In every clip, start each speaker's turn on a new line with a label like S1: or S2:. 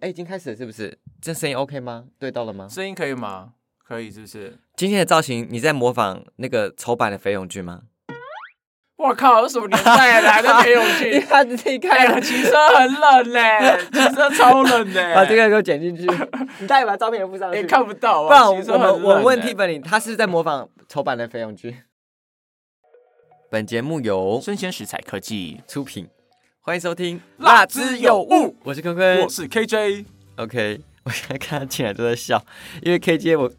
S1: 哎，已经开始了是不是？这声音 OK 吗？对到了吗？
S2: 声音可以吗？可以，是不是？
S3: 今天的造型，你在模仿那个丑版的肥勇剧吗？
S2: 我靠，这什么年代来的没有
S1: 你
S2: 去？
S1: 看自己
S2: 哎
S1: 看
S2: 呀，，骑车很冷嘞、骑车超冷 嘞、
S1: 把这个给我剪进去。 你待会把照片也附上
S2: 哎、
S1: 去。
S2: 看不到啊，
S1: 不然我
S2: 骑车很冷
S1: 我
S2: 欸
S1: 我问 Tiffany，他是在模仿丑版的肥勇剧。
S3: 本节目由
S2: 生鲜食材科技，
S3: 出品，欢迎收听，
S2: 辣之有物。
S3: 我是坤坤
S2: 我是 KJ
S3: ，OK。我 现在看他进来都在笑，因为 KJ 我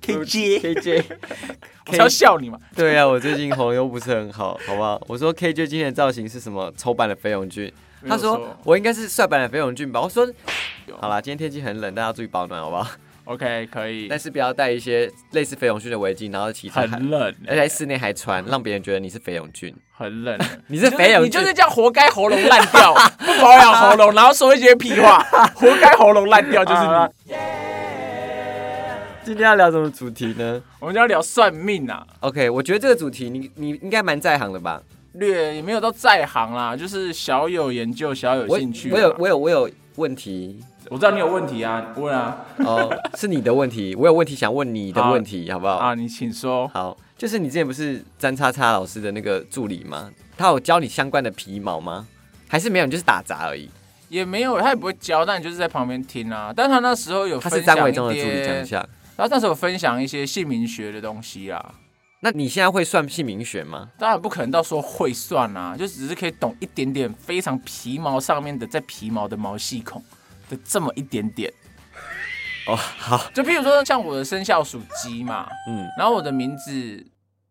S2: KJ，
S3: KJ
S2: 我要笑你嘛？
S3: 对啊，我最近喉咙又不是很好，好不好？我说 KJ 今天的造型是什么？丑版的肥勇剧，他
S2: 没有
S3: 说
S2: 错
S3: 我应该是帅版的肥勇剧吧？我说
S2: 有
S3: 好啦，今天天气很冷，大家注意保暖，好不好？
S2: OK 可以，
S3: 但是不要戴一些类似肥勇菌的围巾，然后骑车还，
S2: 很冷欸、
S3: 而且在室内还穿，让别人觉得你是肥勇菌。
S2: 很冷欸、
S3: 你是肥勇
S2: 你就是
S3: 菌，
S2: 这样活该喉咙烂 掉，不保养喉咙，然后说一些屁 话，活该喉咙烂掉就是你。
S3: 今天要聊什么主题呢
S2: 我们就要聊算命啊，
S3: ？OK，我觉得这个主题你你应该蛮在行的吧？
S2: 略也没有到在行啦，就是小有研究，小有
S3: 我
S2: 兴趣啦。
S3: 我有我有我有问题
S2: 我知道你有问题啊，问啊
S3: 哦，是你的问题，我有问题想问你的
S2: 好
S3: 问题，好不好？
S2: 啊，你请说。
S3: 好，就是你之前不是詹叉叉老师的那个助理吗？他有教你相关的皮毛吗？还是没有？你就是打杂而已。
S2: 也没有，他也不会教，但你就是在旁边听啊。但他那时候有
S3: 他
S2: 分
S3: 是
S2: 享
S3: 张伟
S2: 一
S3: 忠的助理，讲一
S2: 些，
S3: 下。
S2: 他那时候有分享一些姓名学的东西啊。
S3: 那你现在会算姓名学吗？
S2: 当然不可能到说会算啊，就只是可以懂一点点非常皮毛上面的在皮毛的毛细孔的这么一点点。
S3: 哦，好，
S2: 就譬如说像我的生肖属鸡嘛，
S3: 嗯。
S2: 然后我的名字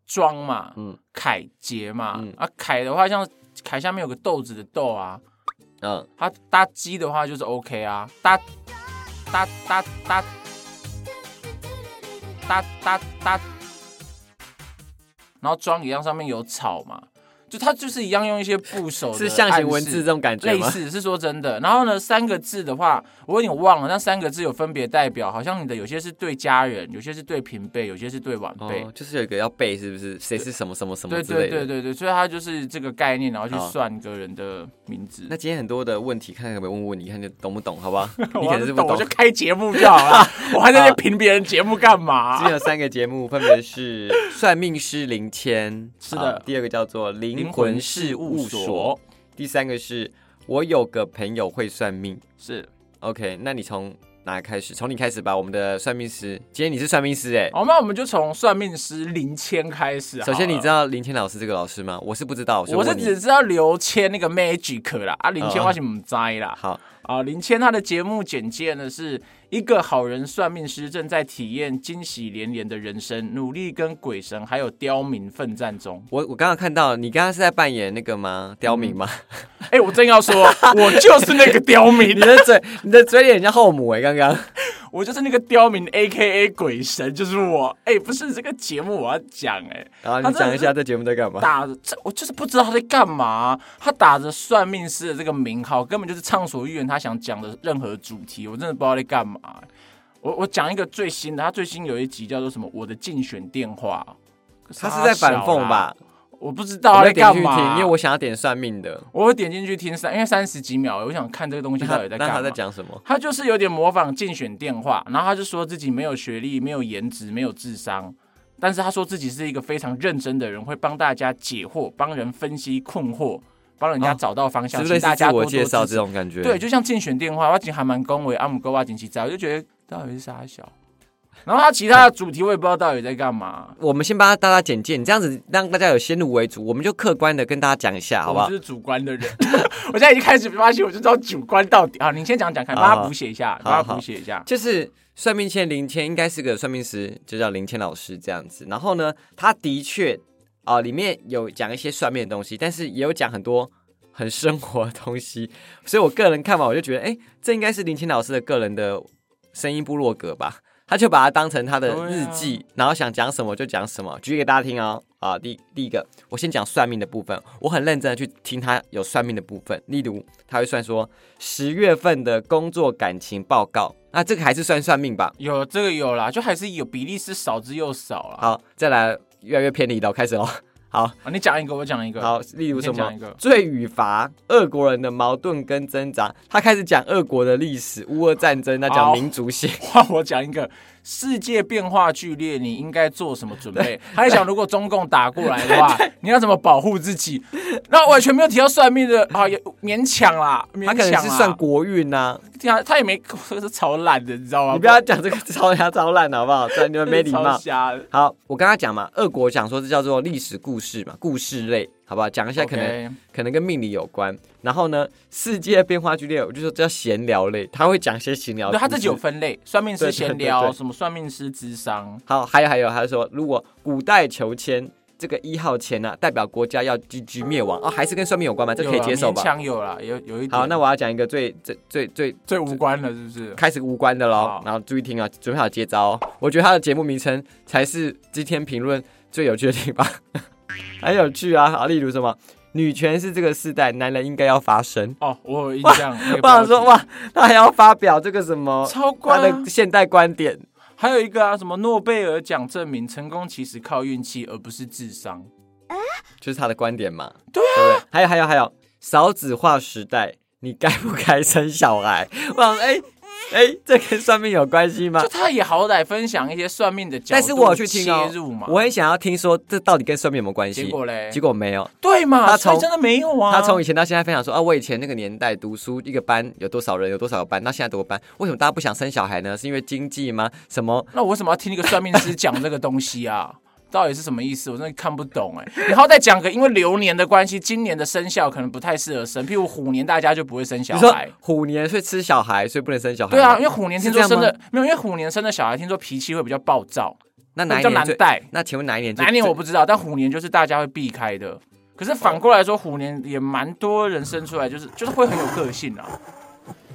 S2: 庄嘛，
S3: 嗯
S2: 凯杰嘛，
S3: 嗯
S2: 啊凯的话像凯下面有个豆子的豆啊，
S3: 嗯，
S2: 它搭鸡的话就是 OK 啊，搭搭搭搭搭搭搭，然后装一样上面有草嘛，就它就是一样用一些部首的
S3: 是象形文
S2: 暗
S3: 字
S2: 示
S3: 这种感觉
S2: 类
S3: 吗？
S2: 似是说真的，然后呢，三个字的话，我有点忘了，那三个字有分别代表，好像你的有些是对家人，有些是对平辈，有些是对晚辈。
S3: 哦，就是有一个要背，是不是？谁是什么什么什么
S2: 对
S3: 之类
S2: 对
S3: 的。
S2: 对对对，所以它就是这个概念，然后去
S3: 哦
S2: 算一个人的名字。
S3: 那今天很多的问题，看看有没有问问你，看你懂不懂，好不 好？
S2: 我
S3: 你可
S2: 要是
S3: 能是不
S2: 懂
S3: 懂
S2: 我就。开节目就好 了，我还在那边评别人节目干嘛、
S3: 今天有三个节目，分别 是算命师林谦，啊
S2: 是的
S3: 好第二个叫做灵魂事务所，第三个是我有个朋友会算命。
S2: 是，
S3: OK，那你从哪开始？从你开始吧，我们的算命师。今天你是算命师哎、
S2: 好，那我们就从算命师林谦开始。
S3: 首先，你知
S2: 道，
S3: 道林谦老师这个老师吗？我是不知道，所以
S2: 我是
S3: 问你
S2: 只知道刘谦那个 magic 啦，啊，林谦
S3: 哦
S2: 我是唔知啦。
S3: 好，
S2: 啊，林谦他的节目简介呢是一个好人算命师正在体验惊喜连连的人生，努力跟鬼神还有刁民奋战中。
S3: 我我刚刚看到你刚刚是在扮演那个吗？刁民吗？
S2: 哎、我真要说， 我就是那个刁民
S3: 你，的嘴，你的嘴脸很像后母哎、刚 刚。
S2: 我就是那个刁民 A K A 鬼神，就是我。哎、不是这个节目我要讲哎、
S3: 然后你讲一下这节目在干嘛？
S2: 打着这我就是不知道他在干嘛、他打着算命师的这个名号，根本就是畅所欲言，他想讲的任何主题，我真的不知道在干嘛、我我讲一个最新的，他最新有一集叫做什么？我的竞选电话。
S3: 他是在反讽吧？
S2: 我不知道
S3: 我
S2: 他啊在
S3: 会点
S2: 干
S3: 进去
S2: 嘛、
S3: 听，因为我想要点算命的。
S2: 我会点进去听三，因为三十几秒，我想看这个东西
S3: 那
S2: 到
S3: 他
S2: 底在
S3: 那
S2: 干嘛。
S3: 他在讲什么？
S2: 他就是有点模仿竞选电话，然后他就说自己没有学历、没有颜值、没有智商，但是他说自己是一个非常认真的人，会帮大家解惑、帮人分析困惑、帮人家
S3: 哦
S2: 找到方
S3: 是
S2: 向，
S3: 不是
S2: 请
S3: 类
S2: 大
S3: 似自
S2: 家多
S3: 我
S2: 多
S3: 介绍这
S2: 支持
S3: 种感觉？
S2: 对，，就像竞选电话，我警韩蛮恭维阿姆哥哇锦旗在，我就觉得到底是啥小。然后他其他的主题我也不知道到底在干嘛，
S3: 我们先帮大家简介，你这样子让大家有先入为主，我们就客观的跟大家讲一下，好不
S2: 我
S3: 好
S2: 就？是主观的人， 我现在已经开始发现我就知道主观到底啊。你先讲讲看，
S3: 好
S2: 帮他
S3: 好
S2: 补写一下，
S3: 好
S2: 帮他
S3: 好
S2: 补写一下。
S3: 就是算命签林谦应该是个算命师，就叫林谦老师这样子。然后呢，他的确啊、呃里面有讲一些算命的东西，但是也有讲很多很生活的东西。所以我个人看完，我就觉得，哎，这应该是林谦老师的个人的声音部落格吧。他就把它当成他的
S2: 对啊
S3: 日记，然后想讲什么就讲什么。举给大家听哦。啊，第第一个，我先讲算命的部分，我很认真的去听他有算命的部分。例如，他会算说十月份的工作感情报告，那这个还是算算命吧？
S2: 有这个有啦，就还是有比例是少之又少啦。
S3: 好，再来越来越偏离了，开始哦。好
S2: 啊，你讲一个，我讲一个。
S3: 好，例如什
S2: 你先
S3: 么
S2: 讲一个
S3: 罪与罚、俄国人的矛盾跟挣扎，他开始讲俄国的历史、乌俄战争，他讲
S2: 好
S3: 民族性。
S2: 换 我讲一个，世界变化剧烈，你应该做什么准备？他在想，如果中共打过来的 话，你要怎么保护自己？那完全没有提到算命的啊，也勉强啦，勉
S3: 他
S2: 强
S3: 可能
S2: 啊
S3: 是
S2: 啦 啊
S3: 算国运呐、
S2: 他他也没， 这是超烂的，你知道吗？
S3: 你不 要讲这个超瞎超烂好不好？这样你们没礼
S2: 超
S3: 貌。
S2: 瞎的。
S3: 好，我跟他讲嘛，俄国讲说这叫做历史故事嘛，故事类，好不好？讲一下可能
S2: OK
S3: 可能跟命理有关。然后呢，世界变化剧烈，我就说这叫闲聊类，他会讲一些闲聊。
S2: 对他自己有。分类，算命师
S3: 对对对
S2: 闲
S3: 对
S2: 聊，
S3: 对
S2: 什么算命师智商，
S3: 好，还有还有，他说如果古代求签这个一号签啊，代表国家要居居灭亡哦，还是跟算命有关吗？这可以
S2: 有啦啊
S3: 接受
S2: 勉
S3: 吧？
S2: 强有啦，有有一点。
S3: 好，那我要讲一个最最最最
S2: 最无关了，是不是？
S3: 开始无关的喽
S2: 好，
S3: 然后注意听啊，准备好接招、哦。我觉得他的节目名称才是今天评论最有趣的地方， 很有趣啊。好，例如什么，女权是这个世代男人应该要发声。
S2: 哦，我有印象。那
S3: 我
S2: 个
S3: 想说，
S2: 标题，
S3: 哇，他还要发表这个什么
S2: 超
S3: 他
S2: 关啊
S3: 的现代观点，
S2: 还有一个啊，什么诺贝尔奖证明成功其实靠运气，而不是智商。
S3: 就是他的观点嘛，对
S2: 啊
S3: 不对？还有还有还有，少子化时代，你该不该生小孩？ 我想说，哎、哎、这跟算命有关系吗
S2: 就？他也好歹分享一些算命的
S3: 啊
S2: 角度
S3: 但是我有去听哦
S2: 切入嘛，
S3: 我很想要听说这到底跟算命有没有关系？
S2: 结果嘞，
S3: 结果没有，
S2: 对嘛，
S3: 他
S2: 所以
S3: 从
S2: 真的没有啊，
S3: 他从以前到现在分享说啊，我以前那个年代读书一个班有多少人，有多少个班，到现在多个班，为什么大家不想生小孩呢？是因为经济吗？什么？
S2: 那我为什么要听一个算命师讲这个东西啊？到底是什么意思？我真的看不懂哎、你好歹讲个，因为流年的关系，今年的生肖可能不太适合生，譬如虎年大家就不会生小
S3: 你说
S2: 孩。
S3: 虎年所以吃小孩，所以不能生小孩吗？
S2: 对啊，因为虎年听说
S3: 是这
S2: 生
S3: 样吗
S2: 的没有，因为虎年生的小孩听说脾气会比较暴躁，
S3: 那哪
S2: 比
S3: 一
S2: 较
S3: 年
S2: 难
S3: 最？
S2: 带。
S3: 那请问哪一年最？
S2: 哪一年我不知道，但虎年就是大家会避开的。可是反过来说，虎年也蛮多人生出来，就是就是会很有个性啊。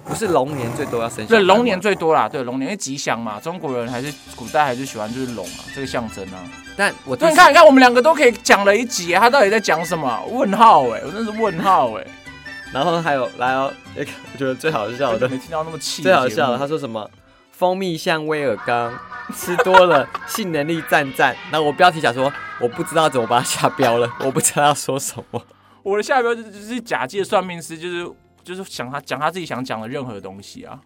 S3: 不是龙年最多要生小孩？
S2: 对，龙年，最多啦，对，龙年因为吉祥嘛，中国人还是古代还是喜欢就是龙啊这个象征啊。
S3: 但我
S2: 对，你看，你看，我们两个都可以讲了一集，他到底在讲什么啊？问号哎、我真是问号哎、
S3: 然后还有来哦，那个我觉得最好笑 的
S2: 没，听到那么气，
S3: 最好笑的，他。说什么？蜂蜜像威尔刚， 吃多了性能力赞赞。然后我标题想说，我不知道怎么把它下标了， 我不知道要说什么。
S2: 我的下标就是就是假借算命师，就是就是想他讲他自己想讲的任何东西啊，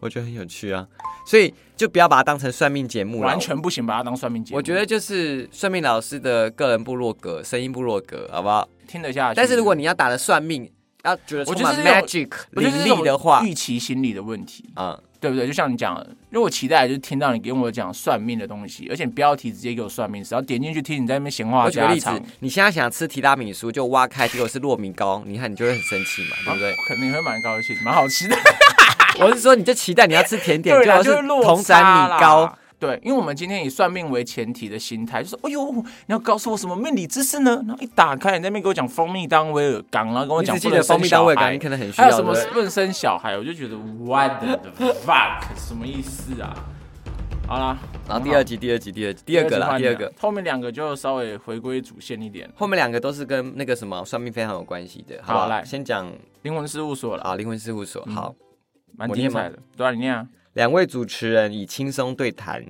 S3: 我觉得很有趣啊，所以就不要把它当成算命节目了。
S2: 完全不行，把他当算命节目。
S3: 我觉得就是算命老师的个人部落格、声音部落格，好不好？
S2: 听得下去，
S3: 但是如果你要打的算命，要觉得充满
S2: 我觉得
S3: magic
S2: 我
S3: 灵
S2: 觉得这是一
S3: 力
S2: 种
S3: 的话，
S2: 预期心理的问题，
S3: 啊、
S2: 对不对？就像你讲的，因为我期待就是听到你给我讲算命的东西，而且你标题直接给我算命师，然后点进去听你在那边闲话
S3: 我举个
S2: 家
S3: 例子
S2: 常，，
S3: 你现在想吃提拉米苏，就挖开，结果是糯米糕，你看你就会很生气嘛，对不 对？
S2: 肯定会蛮高兴，蛮好吃的。
S3: 我是说，你就期待你要吃甜 点，
S2: 对
S3: 结
S2: 啦，
S3: 果
S2: 就是是落
S3: 同
S2: 差
S3: 山米糕
S2: 啦。。对，因为我们今天以算命为前提的心态，就是哎呦，你要告诉我什么命理知识呢？然后一打开，你在那边给我讲蜂蜜当威尔刚，然后跟我
S3: 你
S2: 讲
S3: 只记
S2: 不能
S3: 得蜂
S2: 生
S3: 蜜单
S2: 小
S3: 位感，
S2: 孩
S3: 你，可能很需要。
S2: 还有什么
S3: 对不对
S2: 不能生小孩，我就觉得 what the fuck 什么意思啊？好啦，
S3: 然后
S2: 很
S3: 啊第
S2: 好
S3: 二集，第二集，第二集，第二个啦，
S2: 换
S3: 第二
S2: 你啊
S3: 个。
S2: 后面两个就稍微回归主线一点，
S3: 后面两个都是跟那个什么算命非常有关系的，
S2: 好
S3: 好不
S2: 来
S3: 好？先讲
S2: 灵魂事务所啦，
S3: 啊，灵魂事务所。好，
S2: 蛮
S3: 我
S2: 精
S3: 念吗
S2: 彩的。对啊，你念啊，
S3: 两位主持人以轻松对谈，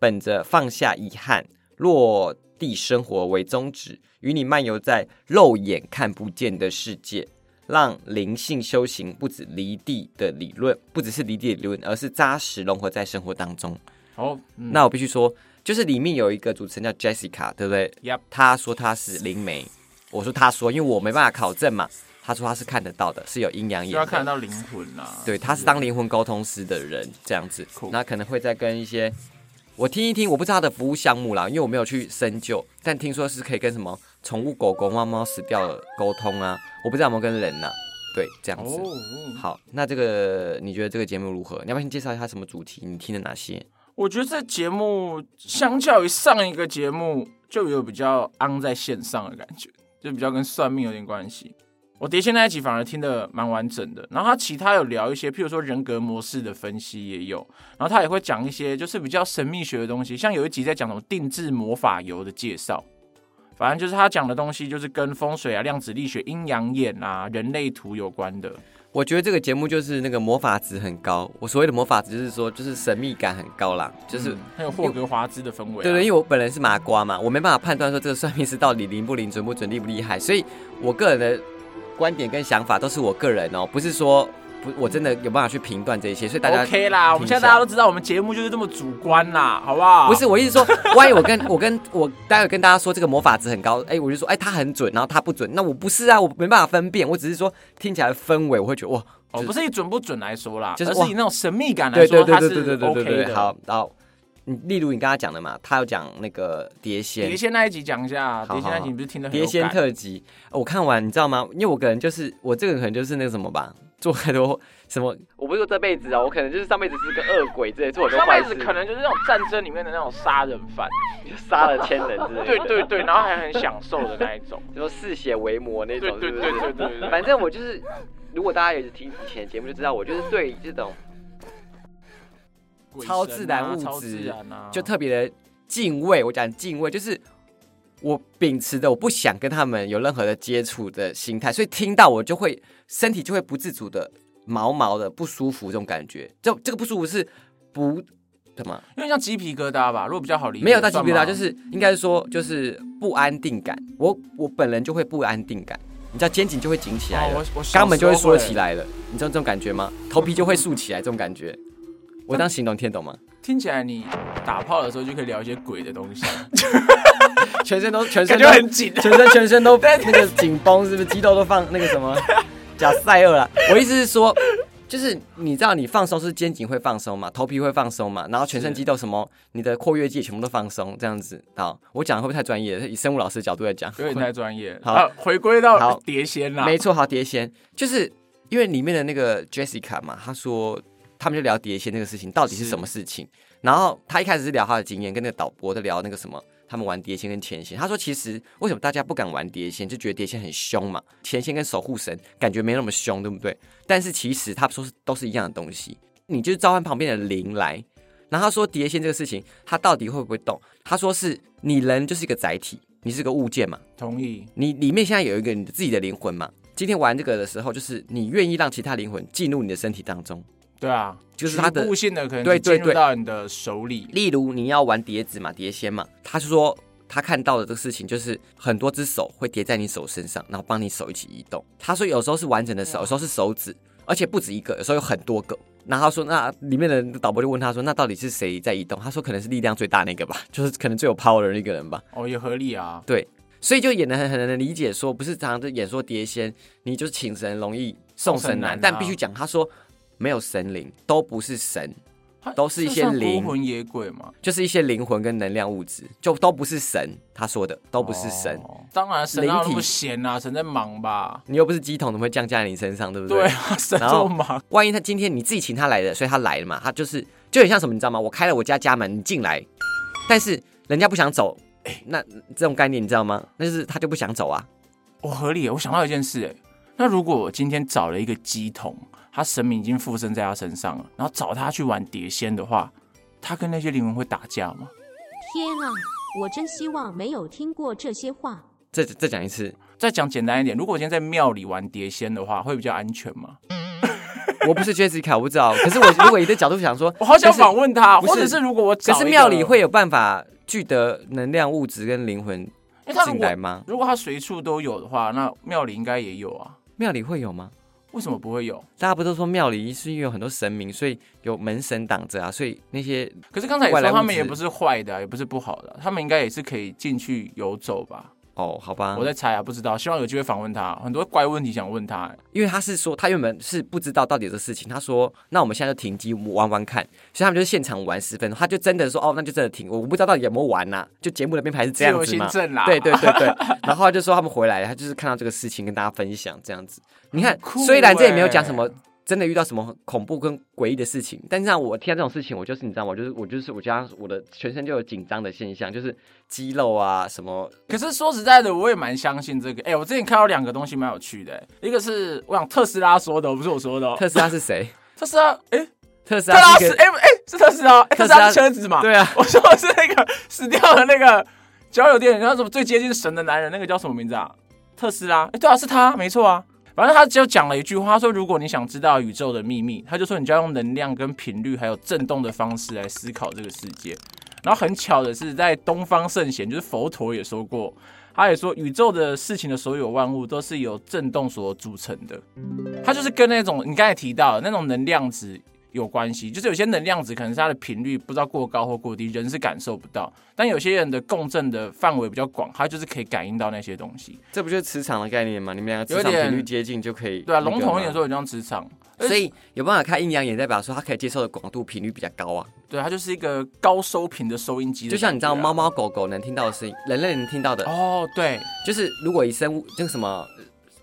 S3: 本着放下遗憾、落地生活为宗旨，与你漫游在肉眼看不见的世界，让灵性修行不止离地的理论，不只是离地的理论，而是扎实融合在生活当中。
S2: 好，嗯
S3: 那我必须说，就是里面有一个主持人叫 Jessica，对不对？
S2: Yep
S3: 她说她是灵媒，我说她说，因为我没办法考证嘛。她说她是看得到的，是有阴阳眼
S2: 就
S3: 的，
S2: 要看得到灵魂啦。
S3: 对，他是当灵魂沟通师的人这样子
S2: Cool，
S3: 那可能会再跟一些我听一听，我不知道他的服务项目啦，因为我没有去深究，但听说是可以跟什么宠物狗狗、猫猫死掉了沟通啊，我不知道有没有跟人呐、啊对，这样子。
S2: 哦，
S3: 好，那这个你觉得这个节目如何？你要不要先介绍一下什么主题？你听了哪些？
S2: 我觉得这节目相较于上一个节目，就有比较昂在线上的感觉，就比较跟算命有点关系。我碟仙那一集反而听得蛮完整的，然后他其他有聊一些，譬如说人格模式的分析也有，然后他也会讲一些就是比较神秘学的东西，像有一集在讲什么定制魔法油的介绍，反正就是他讲的东西就是跟风水啊、量子力学、阴阳眼啊、人类图有关的。
S3: 我觉得这个节目就是那个魔法值很高。我所谓的魔法值就是说，就是神秘感很高啦，就是、
S2: 嗯很有霍格华兹的氛围、啊。
S3: 对对，因为我本人是麻瓜嘛，我没办法判断说这个算命师到底灵不灵、准不准、厉不厉害，所以我个人的观点跟想法都是我个人哦，不是说不我真的有办法去评断这些，所以大家
S2: OK 啦，我们现在大家都知道，我们节目就是这么主观啦，好不好？
S3: 不是，我意思说，万一我跟我跟我待会跟大家说这个魔法值很高，哎、我就说哎、它很准，然后它不准，那我不是啊，我没办法分辨，我只是说听起来氛围我会觉得哇，
S2: 哦，
S3: 就是
S2: 不是以准不准来说啦，
S3: 就是
S2: 而
S3: 哇
S2: 是以那种神秘感来
S3: 对
S2: 说，
S3: 对对
S2: 它
S3: 对
S2: 是
S3: 对对对
S2: OK
S3: 对对
S2: 的。
S3: 对，好，然后你例如你刚刚讲的嘛，他要讲那个碟仙
S2: 碟，仙那一集讲一下，
S3: 好
S2: 碟仙那一
S3: 好
S2: 集你不是听得很有
S3: 碟仙
S2: 感
S3: 特辑，哦我看完你知道吗？因为我个人就是我这个可能就是那个什么吧，做太多什么，我不是说这辈子啊，我可能就是上辈子是个恶鬼之类，做很多
S2: 上
S3: 坏
S2: 辈
S3: 事，
S2: 子可能就是那种战争里面的那种杀人犯，
S3: 就杀了千人之类的，
S2: 对对对，然后还很享受的那一 种。
S3: 就说嗜血为魔那种，
S2: 对
S3: 是不
S2: 对
S3: 是
S2: 对对对对
S3: 反正我就是，如果大家有听以前的节目就知道，我就是对这种
S2: 鬼
S3: 超
S2: 神
S3: 自然
S2: 啊
S3: 物
S2: 超自
S3: 质
S2: 然啊，
S3: 就特别的敬畏。我讲敬畏，就是我秉持的我不想跟他们有任何的接触的心态，所以听到我就会身体就会不自主的毛毛的不舒服，这种感觉。这这个不舒服是不什么？
S2: 因为像鸡皮疙瘩吧，如果比较好理解，哦
S3: 没有到鸡皮疙瘩，
S2: 算吗
S3: 就是应该是说就是不安定感。我我本人就会不安定感，你知道肩颈就会紧起来
S2: 哦
S3: 了，
S2: 我我小时候
S3: 哎肛门就会缩起来了，你知道这种感觉吗？头皮就会竖起来，这种感觉。我当形容听得懂吗？
S2: 会。听起来你打炮的时候就可以聊一些鬼 的东西，
S3: 全身都全身
S2: 感
S3: 都
S2: 觉很紧。
S3: 全身全身都那个紧绷，是不是肌肉都放那个什么假赛尔了？我意思是说，就是你知道你放松是肩颈会放松嘛，头皮会放松嘛，然后全身肌肉什么，你的括约肌也全部都放松，这样子。好，我讲得会不会太专业？以生物老师的角度来讲，
S2: 有点太专业。
S3: 好
S2: 啊，回归
S3: 好
S2: 到碟仙啊啦，
S3: 没错，好碟仙，就是因为里面的那个 Jessica 嘛，她说他们就聊碟仙那个事情到底是
S2: 是
S3: 什么事情。然后她一开始是聊她的经验，跟那个导播在聊那个什么，他们玩碟仙跟前仙。她说其实为什么大家不敢玩碟仙，就觉得碟仙很凶嘛，前仙跟守护神感觉没那么凶，对不对？但是其实他说是都是一样的东西，你就是召唤旁边的灵来。然后他说碟仙这个事情，它到底会不会动？他说是你人就是一个载体，你是个物件嘛，
S2: 同意。
S3: 你里面现在有一个你自己的灵魂嘛？今天玩这个的时候，就是你愿意让其他灵魂进入你的身体当中。
S2: 对啊，
S3: 就是他的
S2: 局部性的可能
S3: 对
S2: 就
S3: 对
S2: 进入
S3: 对
S2: 到你的手里，
S3: 例如你要玩碟子嘛，碟仙嘛，他就说他看到的这个事情就是很多只手会叠在你手身上，然后帮你手一起移动。他说有时候是完整的手，有时候是手指，而且不止一个，有时候有很多个。然后他说，那里面的导播就问他说，那到底是谁在移动？他说可能是力量最大那个吧，就是可能最有 power 的那个人吧。
S2: 哦，也合理啊。
S3: 所以就演的很很能理解说，不是常常就演说碟仙，你就是请神容易送神
S2: 送神
S3: 难，
S2: 难
S3: 但
S2: 啊
S3: 必须讲，他说没有神灵，都不是神，
S2: 它
S3: 都是一些
S2: 这算
S3: 灵
S2: 孤魂野鬼嘛，
S3: 就是一些灵魂跟能量物质，就都不是神。他说的都不是神，
S2: 哦。当然，神啊
S3: 灵体
S2: 不闲啊，神在忙吧？
S3: 你又不是鸡桶，怎么会降价在你身上，对不对？
S2: 对啊，神
S3: 然后
S2: 在忙。
S3: 万一他今天你自己请他来的，所以他来了嘛，他就是就很像什么，你知道吗？我开了我家家门，你进来，但是人家不想走，那这种概念你知道吗？那就是他就不想走啊。
S2: 我哦合理耶，我想到一件事，哎，那如果我今天找了一个鸡童，他神明已经附身在他身上了，然后找他去玩碟仙的话，他跟那些灵魂会打架吗？
S4: 天啊，我真希望没有听过这些话。
S3: 再再讲一次，
S2: 再讲简单一点，如果我今天在庙里玩碟仙的话，会比较安全吗？
S3: 我不是 Jessica，我不知道。可是我如果以这角度想说，
S2: 我好想
S3: 可是
S2: 访问他，
S3: 不是
S2: 或者是如果我
S3: 可
S2: 找
S3: 是
S2: 一个
S3: 庙里，会有办法聚得能量、物质跟灵魂
S2: 因为他如
S3: 进
S2: 果
S3: 来吗？
S2: 如果他随处都有的话，那庙里应该也有啊，
S3: 庙里会有吗？
S2: 为什么不会有？
S3: 大家不都说庙里是因为有很多神明，所以有门神挡着啊，所以那些
S2: 可是刚才也
S3: 外来
S2: 说
S3: 物
S2: 他们
S3: 质
S2: 也不是坏的啊、也不是不好的啊、他们应该也是可以进去游走吧？
S3: 哦，好吧
S2: 我，在猜啊，不知道，希望有机会访问他，很多怪问题想问他、欸
S3: 因为他是说他原本是不知道到底有这事情，他说那我们现在就停机玩玩看，所以他们就现场玩十分钟，他就真的说哦，那就真的停，我不知道到底有没有玩呐、啊就节目的编排是这样
S2: 自
S3: 子
S2: 由
S3: 嘛
S2: 行，政啦，
S3: 对对对对，然后他就说他们回来，他就是看到这个事情跟大家分享这样子。你看
S2: 很，酷
S3: 虽然这也没有
S2: 欸
S3: 讲什么真的遇到什么恐怖跟诡异的事情，但是让我听到这种事情，我就是你知道吗？我就是我就是我加我的全身就有紧张的现象，就是肌肉啊什么，
S2: 可是说实在的，我也蛮相信这个。哎、我之前看到两个东西蛮有趣的、欸一个是我想特斯拉说的，不是我说的、哦。
S3: 特斯拉是谁？
S2: 特斯拉，哎、
S3: 特斯
S2: 特拉
S3: 拉是一
S2: 是，
S3: 个
S2: 哎哎、是特斯拉，
S3: 特
S2: 欸特
S3: 斯拉
S2: 斯拉是车子嘛？
S3: 对啊，
S2: 我说的是那个死掉的那个交友店，然后什么最接近神的男人，那个叫什么名字啊？特斯拉，哎、对啊，是他，没错啊。反正他只有讲了一句话，他说如果你想知道宇宙的秘密，他就说你就要用能量跟频率还有震动的方式来思考这个世界。然后很巧的是，在东方圣贤，就是佛陀也说过，他也说宇宙的事情的所有万物都是由震动所组成的。它就是跟那种你刚才提到的那种能量值有关系，就是有些能量值可能是它的频率不知道过高或过低，人是感受不到，但有些人的共振的范围比较广，他就是可以感应到那些东西。
S3: 这不就是磁场的概念吗？你们两个
S2: 有
S3: 磁场
S2: 点
S3: 频率接近就可以。
S2: 对啊，
S3: 那个
S2: 笼统一点
S3: 嘛
S2: 说，有像磁场，
S3: 所以有办法看阴阳眼，代表说它可以接受的广度频率比较高啊。
S2: 对，它就是一个高收频的收音机的
S3: 就
S2: 感觉啊、
S3: 像你知道猫猫狗狗能听到的声音，人类能听到的，
S2: 哦，对，
S3: 就是如果以生物那个什么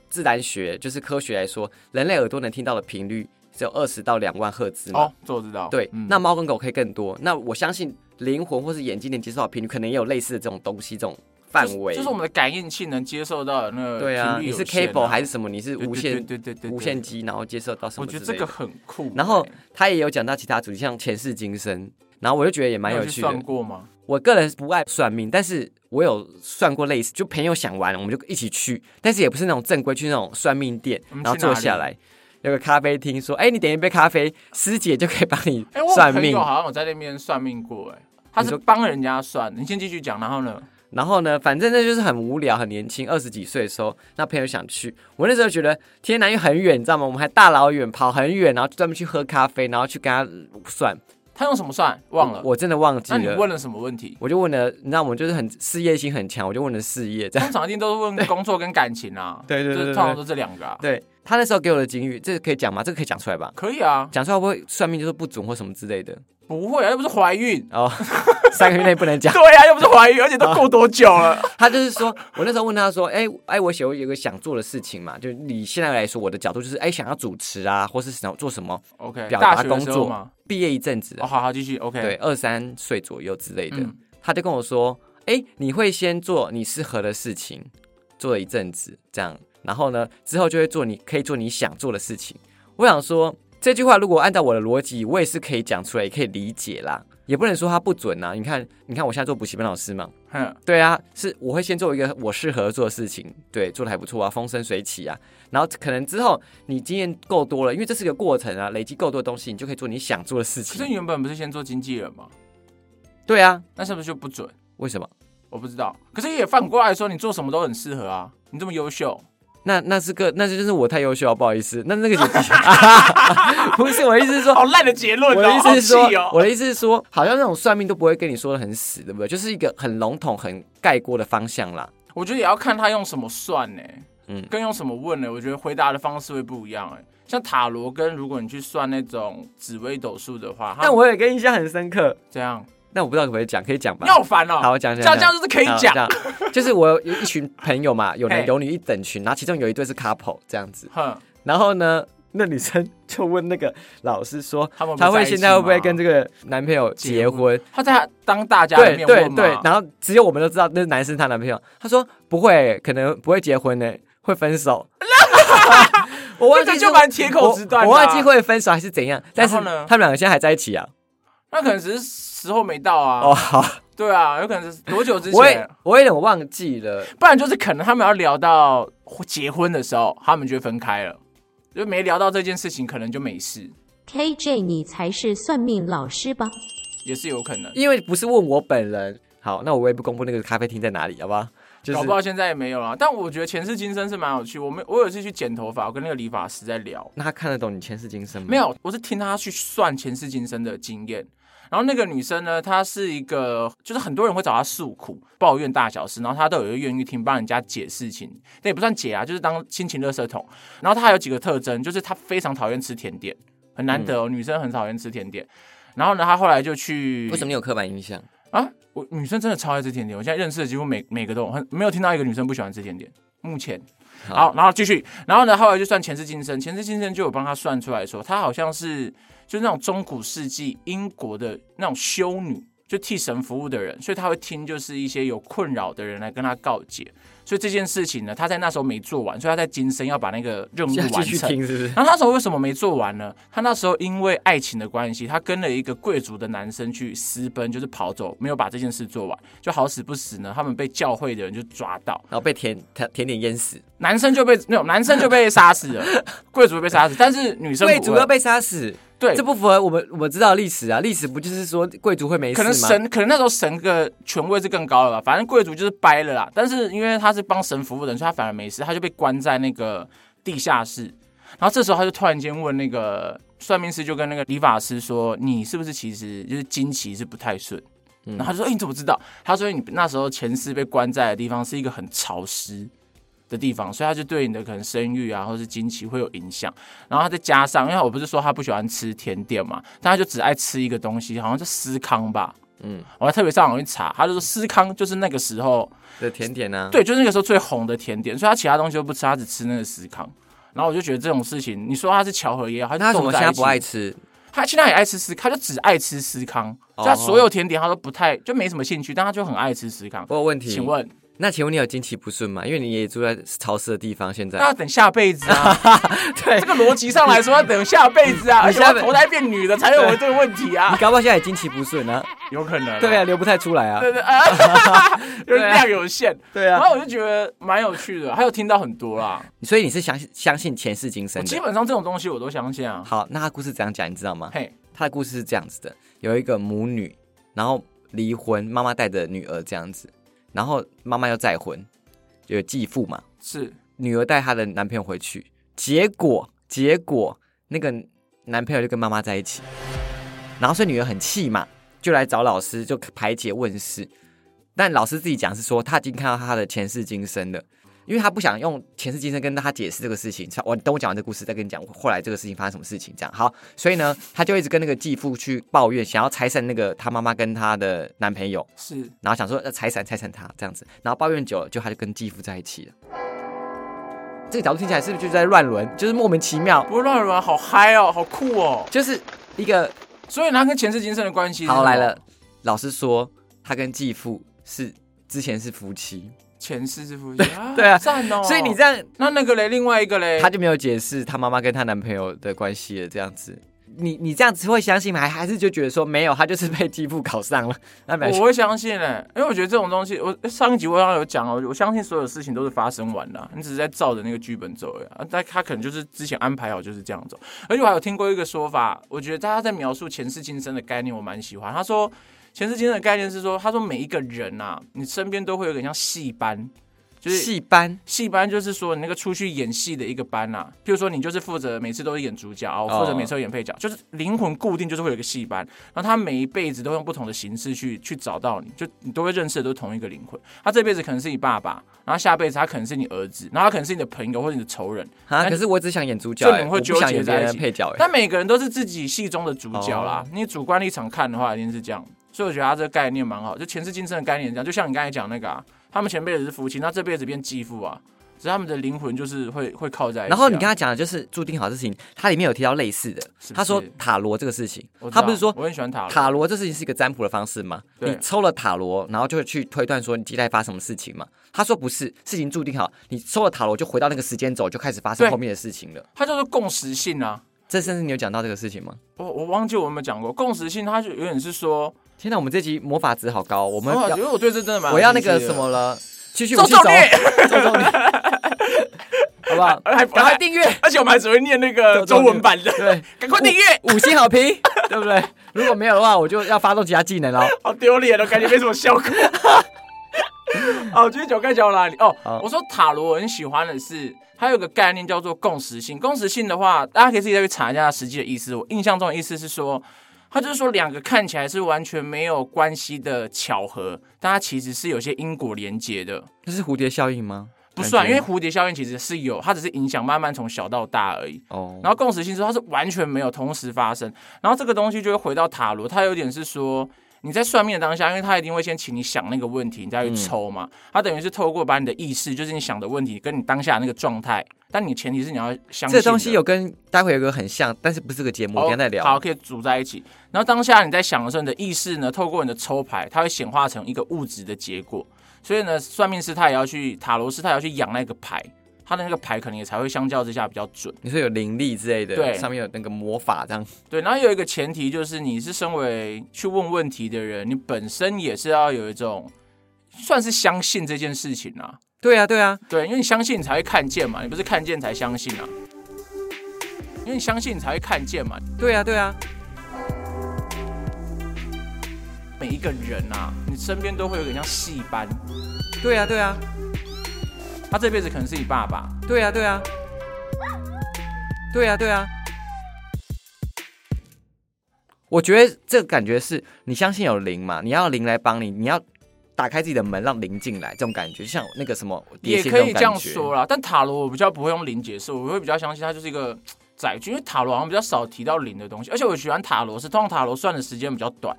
S3: 自然学，就是科学来说，人类耳朵能听到的频率只有二十到两万赫兹嘛。
S2: 哦，这我知道。
S3: 对，
S2: 嗯
S3: 那猫跟狗可以更多。那我相信灵魂或是眼睛能接受到的频率，可能也有类似的这种东西，这种范围。
S2: 就是就是我们的感应器能接受到的那个
S3: 对啊，
S2: 频率
S3: 你
S2: 有
S3: 是
S2: 限啊
S3: cable 还是什么？你是无线
S2: 对对对对对对
S3: 无线机，然后接受到什
S2: 我
S3: 么
S2: 觉
S3: 之
S2: 得这
S3: 类
S2: 个
S3: 的。
S2: 很酷欸。
S3: 然后他也有讲到其他主题，像前世今生，然后我就觉得也蛮
S2: 你
S3: 有
S2: 去
S3: 趣的
S2: 算。过吗？
S3: 我个人不爱算命，但是我有算过类似，就朋友想玩，我们就一起去，但是也不是那种正规去那种算命店，
S2: 我们
S3: 然
S2: 去
S3: 后坐下来有个咖啡厅，说，哎、你点一杯咖啡，师姐就可以帮你
S2: 哎、我有
S3: 算
S2: 朋
S3: 命
S2: 友。好像有在那边算命过、哎，他
S3: 你
S2: 是
S3: 说
S2: 帮人家算的。你先继续讲，然后呢？
S3: 然后呢，反正那就是很无聊，很年轻，二十几岁的时候，那朋友想去，我那时候觉得天南又很远，你知道吗？我们还大老远跑很远，然后专门去喝咖啡，然后去跟他算，
S2: 他用什么算？忘了。
S3: 我我真的忘记
S2: 那你
S3: 了。
S2: 问了什么问题？
S3: 我就问了，你知道我们就是很事业心很强，我就问了事业这样。
S2: 通常一定都是问工作跟感情啊。
S3: 对对对
S2: 就
S3: 对
S2: 通常都这两个啊。
S3: 对他那时候给我的警语，这个可以讲吗？这个可以讲出来吧？
S2: 可以啊，
S3: 讲出来会不会算命就是不准或什么之类的？
S2: 不会啊，又不是怀孕。
S3: 哦， 三个月内不能 讲。
S2: 对啊，又不是怀孕，而且都过多久 了？
S3: 他就是说，我那时候问他说，哎、哎，我有有个想做的事情嘛，就你现在来说，我的角度就是，哎、想要主持啊，或是想做什么
S2: OK，
S3: 表
S2: 大
S3: 达
S2: 学的
S3: 工
S2: 时候
S3: 作
S2: 嘛。
S3: 毕业一阵子
S2: 哦，
S3: 啊，
S2: 好好继续。OK，
S3: 对，，二三岁左右之类的，
S2: 嗯
S3: 他就跟我说，哎、你会先做你适合的事情，做了一阵子这样，然后呢，之后就会做你可以做你想做的事情。我想说这句话，如果按照我的逻辑，我也是可以讲出来，也可以理解啦，也不能说它不准啊。你看，你看我现在做补习班老师嘛，
S2: 哼，
S3: 对啊，是我会先做一个我适合做的事情，对，做的还不错啊，风生水起啊。然后可能之后你经验够多了，因为这是个过程啊，累积够多的东西，你就可以做你想做的事
S2: 可是
S3: 情。
S2: 你原本不是先做经纪人吗？
S3: 对啊，
S2: 那是不是就不准？
S3: 为什么？
S2: 我不知道。可是也反过来说，你做什么都很适合啊，你这么 优秀。
S3: 那那是个，那就是我太优秀了，啊不好意思。那那个姐姐， 不是我的意思是说，
S2: 好烂的结论、哦！
S3: 我的意思是
S2: 好气
S3: 说
S2: 哦，
S3: 我的意思是说，好像那种算命都不会跟你说的很死，对不对？就是一个很笼统、很概括的方向啦。
S2: 我觉得也要看他用什么算呢、嗯
S3: 嗯，
S2: 跟用什么问呢、欸我觉得回答的方式会不一样哎、像塔罗跟如果你去算那种紫微斗数的话，它
S3: 但我有一个印象很深刻，
S2: 这样
S3: 但我不知道可不可以讲，可以讲吧
S2: 你？好烦哦、
S3: 好，我讲
S2: 这
S3: 讲
S2: 样
S3: 讲
S2: 这样就是可以
S3: 好
S2: 讲，
S3: 这样就是我有有一群朋友嘛，有
S2: 嘿
S3: 男有女一整群，然后其中有一对是 couple 这样子，
S2: 哼，
S3: 然后呢，那女生就问那个老师说
S2: 他们，不
S3: 她
S2: 在
S3: 会
S2: 一
S3: 现
S2: 起
S3: 在会不会
S2: 吗
S3: 跟这个男朋友
S2: 结
S3: 结婚？
S2: 他在当大家的
S3: 对
S2: 面
S3: 对
S2: 问嘛，
S3: 对，然后只有我们都知道那是男生她男朋友，她说不会，可能不会结婚呢，会分 手。我忘
S2: 这
S3: 记
S2: 个就是蛮铁口直断的啊
S3: 我，我忘记会分手还是怎样，但是
S2: 然
S3: 他
S2: 后呢
S3: 们两个现在还在一起啊。
S2: 那可能只是时候没到啊，
S3: 哦，好，
S2: 对啊，有可能是多久之
S3: 我也
S2: 前，
S3: 我有点忘记了。
S2: 不然就是可能他们要聊到结婚的时候，他们就会分开了，就没聊到这件事情，可能就没事，
S4: KJ，你才是算命老师吧？
S2: 也是有可能。
S3: 因为不是问我本人。好，那我也不公布那个咖啡厅在哪里，好不好？就是
S2: 搞不好现在也没有啦。但我觉得前世今生是蛮有趣。我们我有一次去剪头发，我跟那个理发师在聊，
S3: 那他看得懂你前世今生吗？
S2: 没，有，我是听他去算前世今生的经验。然后那个女生呢，她是一个，就是很多人会找她诉苦、抱怨大小事，然后她都有一个愿意听，帮人家解事情，那也不算解啊，就是当心情垃圾桶。然后她还有几个特征，就是她非常讨厌吃甜点，很
S3: 嗯
S2: 难得哦，女生很讨厌吃甜点。然后呢，她后来就去
S3: 为什么你有刻板印象？
S2: 啊，我女生真的超爱吃甜点，我现在认识的几乎每每个都有很没有听到一个女生不喜欢吃甜点。目前，
S3: 好
S2: 好，然后继续，然后呢，后来就算前世今生，前世今生就有帮她算出来说，她好像是就是那种中古世纪英国的那种修女，就替神服务的人，所以他会听就是一些有困扰的人来跟他告解。所以这件事情呢，他在那时候没做完，所以他在今生要把那个任务
S3: 要
S2: 完
S3: 继续
S2: 成。
S3: 听是不是？
S2: 然后那时候为什么没做完呢？他那时候因为爱情的关系，他跟了一个贵族的男生去私奔，就是跑走，没有把这件事做完。就好死不死呢，他们被教会的人就抓到，
S3: 然后被甜甜甜点淹死，
S2: 男生就被那种男生就被杀死了， 贵族被杀死，但是女生
S3: 贵
S2: 不
S3: 族要
S2: 会。
S3: 被杀死，
S2: 对
S3: 这，不符合我们我们知道的历史啊，历史不就是说贵族会没事
S2: 可
S3: 吗？
S2: 能神可能那时候神的权位是更高了吧，反正贵族就是掰了啦。但是因为他是帮神服务的人，所以他反而没事，他就被关在那个地下室。然后这时候他就突然间问那个算命师，就跟那个理发师说：“你是不是其实就是经期是不太顺？”
S3: 嗯
S2: 然后他就说：“哎、你怎么知道？”他说：“你那时候前世被关在的地方是一个很潮湿的地方，所以他就对你的可能生育啊，或是经期会有影响。然后他再加上，因为我不是说他不喜欢吃甜点嘛，但他就只爱吃一个东西，好像是司康吧。”嗯，我还特别上网去查，他就说司康就是那个时候，
S3: 的甜点啊，
S2: 对，就是那个时候最红的甜点，所以他其他东西都不吃，他只吃那个司康。然后我就觉得这种事情，你说他是巧合也好，
S3: 那他
S2: 是
S3: 怎
S2: 斗
S3: 么
S2: 在
S3: 现
S2: 一
S3: 在
S2: 起
S3: 不爱吃？
S2: 他现在也爱吃司康，他就只爱吃司康，
S3: 哦
S2: 就他所有甜点他都不太就没什么兴趣，但他就很爱吃司康。
S3: 我有问题，
S2: 请问，
S3: 那请问你有经期不顺吗？因为你也住在潮湿的地方，现在
S2: 那要等下辈 子啊？对，这个逻辑上来说，要等下辈子啊，而且要
S3: 下辈
S2: 投胎变女的才有这个问题啊
S3: 你，搞不好现在也经期不顺 啊，
S2: 有可能。
S3: 对啊，流不太出来 啊。
S2: 对啊对啊，就是量有限。
S3: 对啊
S2: 然，后我就觉得蛮有趣的，还有听到很多啦。
S3: 所以你是相信相信前世今生
S2: 基
S3: 的。
S2: 本上这种东西我都相信啊。
S3: 好，那他故事怎样讲，你知道吗？
S2: 嘿，
S3: 他的故事是这样子的：有一个母女，然后离婚，妈妈带着女儿这样子，然后妈妈又再婚，有继父嘛，
S2: 是
S3: 女儿带她的男朋友回去，结果结果那个男朋友就跟妈妈在一起，然后所以女儿很气嘛，就来找老师就排解问世，但老师自己讲是说他已经看到他的前世今生了。因为他不想用前世今生跟他解释这个事情，我等我讲完这故事再跟你讲后来这个事情发生什么事情，这样好。所以呢，他就一直跟那个继父去抱怨，想要拆散那个他妈妈跟她的男朋友，
S2: 是，
S3: 然后想说要拆散拆散他这样子，然后抱怨久了，就他就跟继父在一起了。这个角度听起来是不是就在乱伦？就是莫名其妙，
S2: 不会乱伦啊，好嗨哦，好酷哦。
S3: 就是一个
S2: 所以他跟前世今生的关系是什么，
S3: 好来了。老师说他跟继父是之前是夫妻，
S2: 前世是夫妻，
S3: 对啊
S2: 赞哦。
S3: 所以你这样
S2: 那那个嘞，另外一个嘞，
S3: 他就没有解释她妈妈跟她男朋友的关系了，这样子。你你这样子会相信吗？还还是就觉得说没有，他就是被继父搞上了，那没关系
S2: 我会相信嘞、因为我觉得这种东西，我上一集我好像有讲哦，我相信所有事情都是发生完的啊、你只是在照着那个剧本走而已、啊。但他可能就是之前安排好就是这样走。而且我还有听过一个说法，我觉得大家在描述前世今生的概念，我蛮喜欢。他说前世今生的概念是说，他说每一个人啊，你身边都会有一个像戏班，就是
S3: 戏班
S2: 戏班就是说你那个出去演戏的一个班啊，譬如说你就是负责每次都是演主角啊，我负责每次都演配角，就是灵魂固定就是会有一个戏班，然后他每一辈子都用不同的形式去去找到你，就你都会认识的都是同一个灵魂。他这辈子可能是你爸爸，然后下辈子他可能是你儿子，然后他可能是你的朋友或者你的仇人，
S3: 啊！
S2: 那
S3: 可是我只想演主角、
S2: 这你
S3: 欸，
S2: 们
S3: 我
S2: 会
S3: 不
S2: 纠
S3: 想
S2: 结
S3: 演别
S2: 在一
S3: 人的
S2: 起
S3: 配角、欸。哦
S2: 但每个人都是自己戏中的主角啦。你主观立场看的话，一定是这样。所以我觉得他这个概念蛮好，就前世今生的概念是这样。就像你刚才讲那个啊，他们前辈子是夫妻，那这辈子变继父啊，只是他们的灵魂就是会会靠在一起啊、
S3: 然后你跟他讲的就是注定好事情，他里面有提到类似的，
S2: 是不是
S3: 他说塔罗这个事情
S2: 我，知道
S3: 他不是说
S2: 我很喜欢塔罗
S3: 塔罗这事情是一个占卜的方式吗？
S2: 对
S3: 你抽了塔罗，然后就会去推断说你接下来发生什么事情嘛？他说不是，事情注定好，你抽了塔罗就回到那个时间轴，就开始发生
S2: 对
S3: 后面的事情了。
S2: 他叫做共识性啊。
S3: 这甚至你有讲到这个事情吗？
S2: 我我忘记我有没有讲过共识性，它就有点是说，
S3: 天哪，我们这集魔法值好高，哦我们
S2: 哇
S3: 要
S2: 因为我对这真的蛮有
S3: 我要那
S2: 兴趣
S3: 个
S2: 的
S3: 什么了，继续
S2: 周
S3: 武器
S2: 总
S3: 走，
S2: 烈，
S3: 周总理，好不 好？
S2: 还
S3: 赶快订阅，
S2: 而且我们还只会念那个中文 版的，
S3: 对，
S2: 赶快订阅，
S3: 五星好评， 对不对？如果没有的话，我就要发动其他技能了。
S2: 好丢脸哦，感觉没什么效果。好，继续讲该讲到哪里？哦，我说塔罗我很喜欢的是，它有个概念叫做共识性。共识性的话，大家可以自己再去查一下它实际的意思。我印象中的意思是说，它就是说两个看起来是完全没有关系的巧合，但它其实是有些因果连结的。
S3: 这是蝴蝶效应吗？
S2: 不算，
S3: 感
S2: 因
S3: 觉
S2: 为蝴蝶效应其实是有，它只是影响慢慢从小到大而已。
S3: 哦，
S2: 然后共识性说它是完全没有同时发生，然后这个东西就会回到塔罗，它有点是说，你在算命的当下，因为他一定会先请你想那个问题，你再
S3: 嗯
S2: 去抽嘛。他等于是透过把你的意识，就是你想的问题跟你当下那个状态，但你前提是你要相信
S3: 这
S2: 的
S3: 东西有跟待会有个很像，但是不是这个节目，我
S2: 哦
S3: 等一下再聊。
S2: 好，可以组在一起。然后当下你在想的时候，你的意识呢，透过你的抽牌，它会显化成一个物质的结果。所以呢，算命师他也要去塔罗师，他也要去养那个牌，他的那个牌可能也才会相较之下比较准。
S3: 你说有灵力之类的，
S2: 对
S3: 上面有那个魔法这样。
S2: 对，然后有一个前提就是，你是身为去问问题的人，你本身也是要有一种算是相信这件事情啊。
S3: 对啊，对啊，
S2: 对，因为你相信你才会看见嘛，你不是看见才相信啊。因为你相信你才会看见嘛，
S3: 对啊，对啊。
S2: 每一个人啊，你身边都会有点像戏班，
S3: 对啊，对啊，
S2: 他这辈子可能是你爸爸，
S3: 对啊，对啊，对啊，对啊。我觉得这个感觉是你相信有灵嘛，你要灵来帮你，你要打开自己的门让灵进来，这种感觉，就像那个什么碟
S2: 也
S3: 仙
S2: 可
S3: 种
S2: 以这样
S3: 感觉
S2: 说啦。但塔罗我比较不会用零解释，我会比较相信它就是一个载具，因为塔罗好像比较少提到零的东西。而且我喜欢塔罗是，通常塔罗算的时间比较短，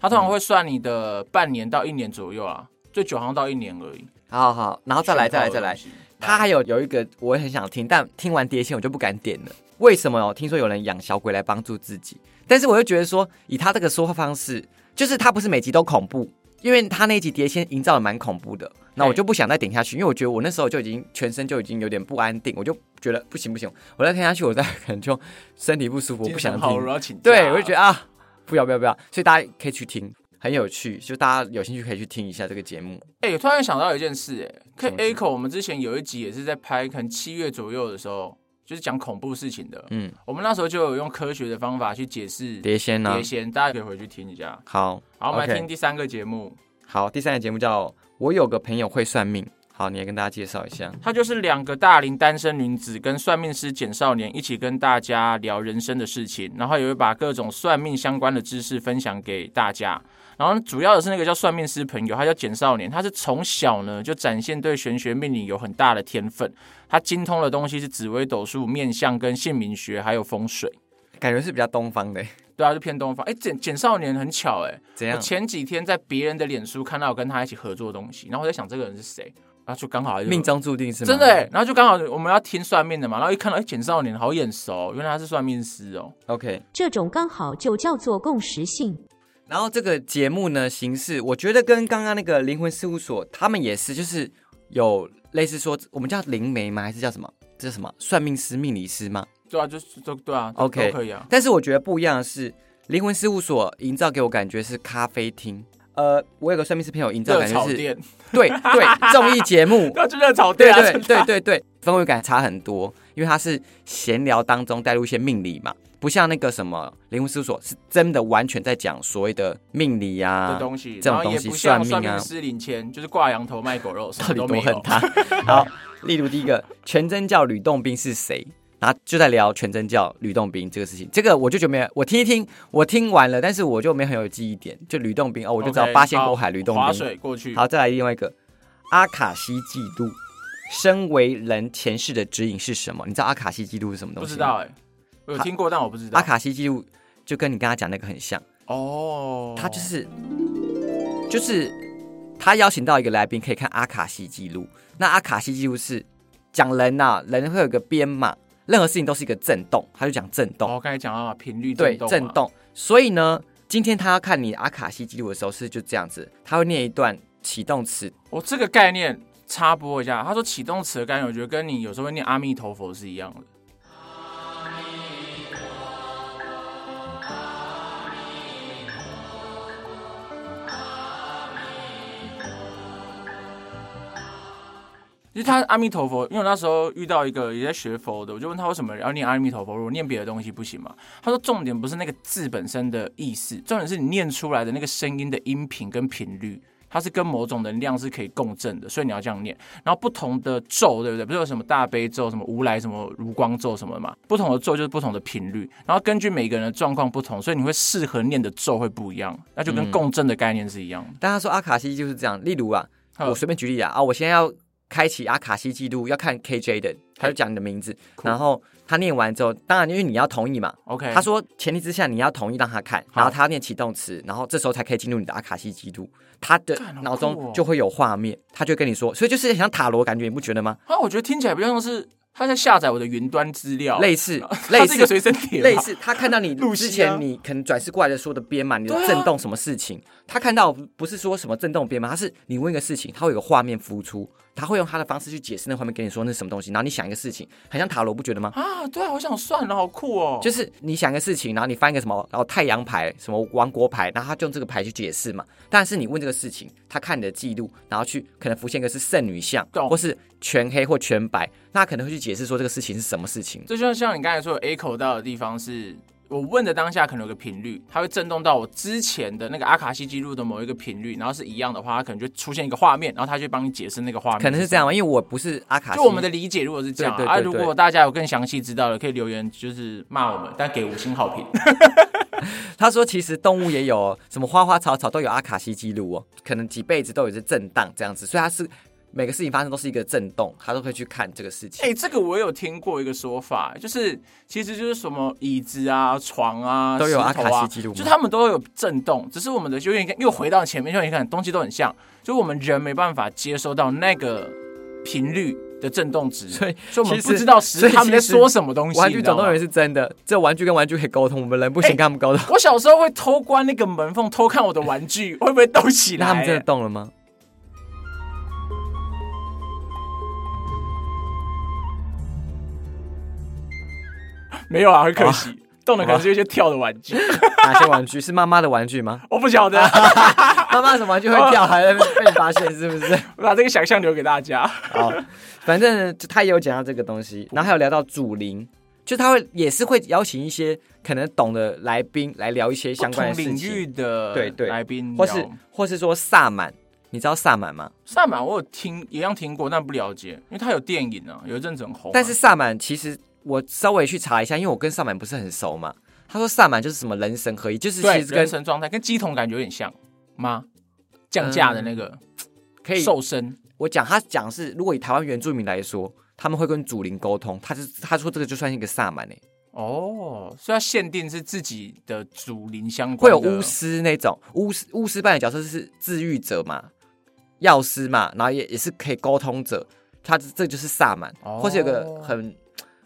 S2: 它
S3: 嗯
S2: 通常会算你的半年到一年左右啊，最久好像到一年而已。
S3: 好好好，然后哦再来，再来，再来。
S2: 选套的东西，
S3: 他还有有一个我也很想听，但听完碟仙我就不敢点了。为什么哦？听说有人养小鬼来帮助自己，但是我又觉得说，以他这个说话方式，就是他不是每集都恐怖，因为他那一集碟仙营造的蛮恐怖的，那我就不想再点下去，因为我觉得我那时候就已经全身就已经有点不安定，我就觉得不行不行，我再听下去我再可能就身体不舒服，我
S2: 精
S3: 不
S2: 神
S3: 想
S2: 好，啊我
S3: 听。
S2: 要请假
S3: 对，我就觉得啊，不要不要不要，所以大家可以去听，很有趣，就大家有兴趣可以去听一下这个节目。
S2: 哎、突然想到一件事、哎，可以
S3: 什么事
S2: echo 我们之前有一集也是在拍，可能七月左右的时候，就是讲恐怖事情的。
S3: 嗯，
S2: 我们那时候就有用科学的方法去解释
S3: 碟仙呢、
S2: 碟仙，大家可以回去听一下。
S3: 好，
S2: 好，我们来
S3: OK
S2: 听第三个节目，
S3: 好，第三个节目叫《我有个朋友会算命》。好，你也跟大家介绍一下。
S2: 它就是两个大龄单身女子跟算命师简少年一起跟大家聊人生的事情，然后也会把各种算命相关的知识分享给大家。然后主要的是那个叫算命师朋友，他叫简少年，他是从小呢就展现对玄学命理有很大的天分，他精通的东西是紫微斗数、面相跟姓名学，还有风水。
S3: 感觉是比较东方的，
S2: 对啊，是偏东方。哎，简简少年很巧哎、
S3: 怎
S2: 我
S3: 样？
S2: 前几天在别人的脸书看到有跟他一起合作的东西，然后我在想这个人是谁，然后就刚好就
S3: 命中注定是吗？
S2: 真的、欸，然后就刚好我们要听算命的嘛，然后一看到哎，简少年好眼熟，哦原来他是算命师哦。
S3: OK。
S4: 这种刚好就叫做共识性。
S3: 然后这个节目呢，形式我觉得跟刚刚那个灵魂事务所，他们也是，就是有类似说，我们叫灵媒吗？还是叫什么？这是什么？算命师、命理师吗？
S2: 对啊，就是都对啊
S3: OK
S2: 都可以啊。
S3: 但是我觉得不一样的是，灵魂事务所营造给我感觉是咖啡厅。呃，我有个算命师朋友营造
S2: 热
S3: 感
S2: 炒
S3: 觉是，
S2: 店，
S3: 对对，综艺节目，
S2: 要去热炒
S3: 对
S2: 店啊，
S3: 对
S2: 真的
S3: 对对对，氛围感差很多，因为它是闲聊当中带入一些命理嘛，不像那个什么灵魂事务所是真的完全在讲所谓的命理
S2: 的
S3: 啊，
S2: 东西，
S3: 这种
S2: 然后也
S3: 东西
S2: 不像
S3: 算命啊
S2: 命师领钱，就是挂羊头卖 狗肉，什
S3: 到
S2: 么
S3: 底
S2: 都
S3: 多
S2: 没
S3: 恨
S2: 有。
S3: 他？ 好，例如第一个，全真教吕洞宾是谁？然后就在聊全真教吕洞宾这个事情，这个我就觉得没有，我听一听，我听完了，但是我就没有很有记忆点。就吕洞宾哦，我就知道
S2: OK，
S3: 八仙
S2: 好
S3: 过海吕洞
S2: 划
S3: 宾，
S2: 水过去，
S3: 好，再来另外一个，阿卡西记录。身为人前世的指引是什么？你知道阿卡西记录是什么东
S2: 不
S3: 西？
S2: 知道。哎，我有听过，但我不知道。
S3: 阿卡西记录就跟你刚刚讲那个很像，
S2: 哦，
S3: 他就是就是他邀请到一个来宾，可以看阿卡西记录。那阿卡西记录是讲人呐、人会有一个编码，任何事情都是一个震动，他就讲震动。
S2: 哦，刚才讲到嘛频率
S3: 对，
S2: 动，啊
S3: 震。动。所以呢，今天他要看你阿卡西记录的时候是就这样子，他会念一段启动词，
S2: 我这个概念插播一下，他说启动词的概念，我觉得跟你有时候会念阿弥陀佛是一样的。因为他阿弥陀佛，因为我那时候遇到一个也在学佛的，我就问他为什么要念阿弥陀佛，我念别的东西不行吗？他说重点不是那个字本身的意思，重点是你念出来的那个声音的音频跟频率。它是跟某种能量是可以共振的，所以你要这样念。然后不同的咒，对不对？不是有什么大悲咒、什么无来、什么如光咒什么的嘛？不同的咒就是不同的频率，然后根据每个人的状况不同，所以你会适合念的咒会不一样，那就跟共振的概念是一样的。
S3: 但他说阿卡西就是这样，例如啊，
S2: 嗯
S3: 我随便举例啊，啊，我现在要开启阿卡西记录，要看 KJ 的，他就讲你的名字，
S2: 酷
S3: 然后他念完之后，当然因为你要同意嘛，
S2: OK，
S3: 他说前提之下你要同意让他看，
S2: 好
S3: 然后他要念启动词，然后这时候才可以进入你的阿卡西记录，他的
S2: 干好酷哦
S3: 脑中就会有画面，他就跟你说，所以就是很像塔罗感觉，你不觉得吗？
S2: 啊，我觉得听起来比较像是他在下载我的云端资料，
S3: 类 似
S2: 它
S3: 类
S2: 是一个
S3: 似
S2: 随身碟吧，
S3: 类似，他看到你
S2: 露西啊
S3: 之前你可能转世过来的说的编码，你的
S2: 对啊
S3: 震动什么事情，他看到不是说什么震动编码，他是你问一个事情，他会有个画面浮出，他会用他的方式去解释那画面跟你说那是什么东西，然后你想一个事情，很像塔罗，不觉得吗？
S2: 啊，对啊，我想算了，好酷哦，
S3: 就是是你想一个事情，然后你翻一个什么，然后太阳牌、什么王国牌，然后他就用这个牌去解释嘛。但是你问这个事情，他看你的记录，然后去可能浮现一个是圣女像，
S2: 懂
S3: 或是全黑或全白，那他可能会去解释说这个事情是什么事情。
S2: 这就像你刚才说有 echo 到的地方是。我问的当下可能有个频率，它会震动到我之前的那个阿卡西记录的某一个频率，然后是一样的话，它可能就出现一个画面，然后它就帮你解释那个画面。
S3: 可能是这样，吧，因为我不是阿卡西，
S2: 就我们的理解，如果是这样啊
S3: 对对
S2: 啊，
S3: 对
S2: 如
S3: 对
S2: 果大家有更详细知道的，可以留言就是骂我们，但给五星好评。
S3: 他说，其实动物也有哦什么花花草草都有阿卡西记录哦，可能几辈子都有这震荡这样子，所以他是每个事情发生都是一个震动，他都会去看这个事情。
S2: 哎、这个我有听过一个说法，就是其实就是什么椅子啊、床啊、
S3: 都有
S2: 石
S3: 阿
S2: 头
S3: 卡
S2: 啊
S3: 西记录吗
S2: 就他们都有震动，只是我们的就有点又回到前面，就你看东西都很像，就我们人没办法接收到那个频率的震动值，所
S3: 以
S2: 我们
S3: 其
S2: 不
S3: 实
S2: 知道实
S3: 所以
S2: 他们在
S3: 其实
S2: 说什么东西。
S3: 玩具
S2: 你知道
S3: 总动员
S2: 吗
S3: 是真的，这玩具跟玩具可以沟通，我们人不行
S2: 哎
S3: 跟他们沟通。
S2: 我小时候会偷关那个门缝，偷看我的玩具会不会动起 来、
S3: 那他们真的动了 吗？
S2: 没有啊，很
S3: 哦
S2: 可惜，动的可能是一些跳的玩具，
S3: 哪些玩具是妈妈的玩具吗？
S2: 我不 晓得，
S3: 妈妈什么玩具会跳，还被被发现是不是？
S2: 我把这个想象留给大家。
S3: 好，反正就他也有讲到这个东西，
S2: 嗯
S3: 然后还有聊到主灵，就他会也是会邀请一些可能懂的来宾来聊一些相关的
S2: 不
S3: 事
S2: 同领
S3: 情，
S2: 域的
S3: 对对
S2: 来宾聊，
S3: 或是或是说萨满，你知道萨满吗？
S2: 萨满，我有听一样听过，但不了解，因为他有电影啊，有一阵子很红啊、
S3: 但是萨满其实我稍微去查一下，因为我跟萨满不是很熟嘛。他说萨满就是什么人神合一，就是
S2: 对
S3: 其实
S2: 人
S3: 跟
S2: 生状态跟鸡同感觉有点像吗？降价的那个、
S3: 嗯可以
S2: 瘦身，
S3: 我讲他讲是，如果以台湾原住民来说，他们会跟祖灵沟通，他是他说这个就算一个萨满诶、欸
S2: 哦，所以它限定是自己的主灵相
S3: 会
S2: 关
S3: 有
S2: 的，
S3: 巫师那种巫师巫师扮演角色是治愈者嘛，药师嘛，然后也也是可以沟通者，他这这就是萨满，
S2: 哦
S3: 或是有个很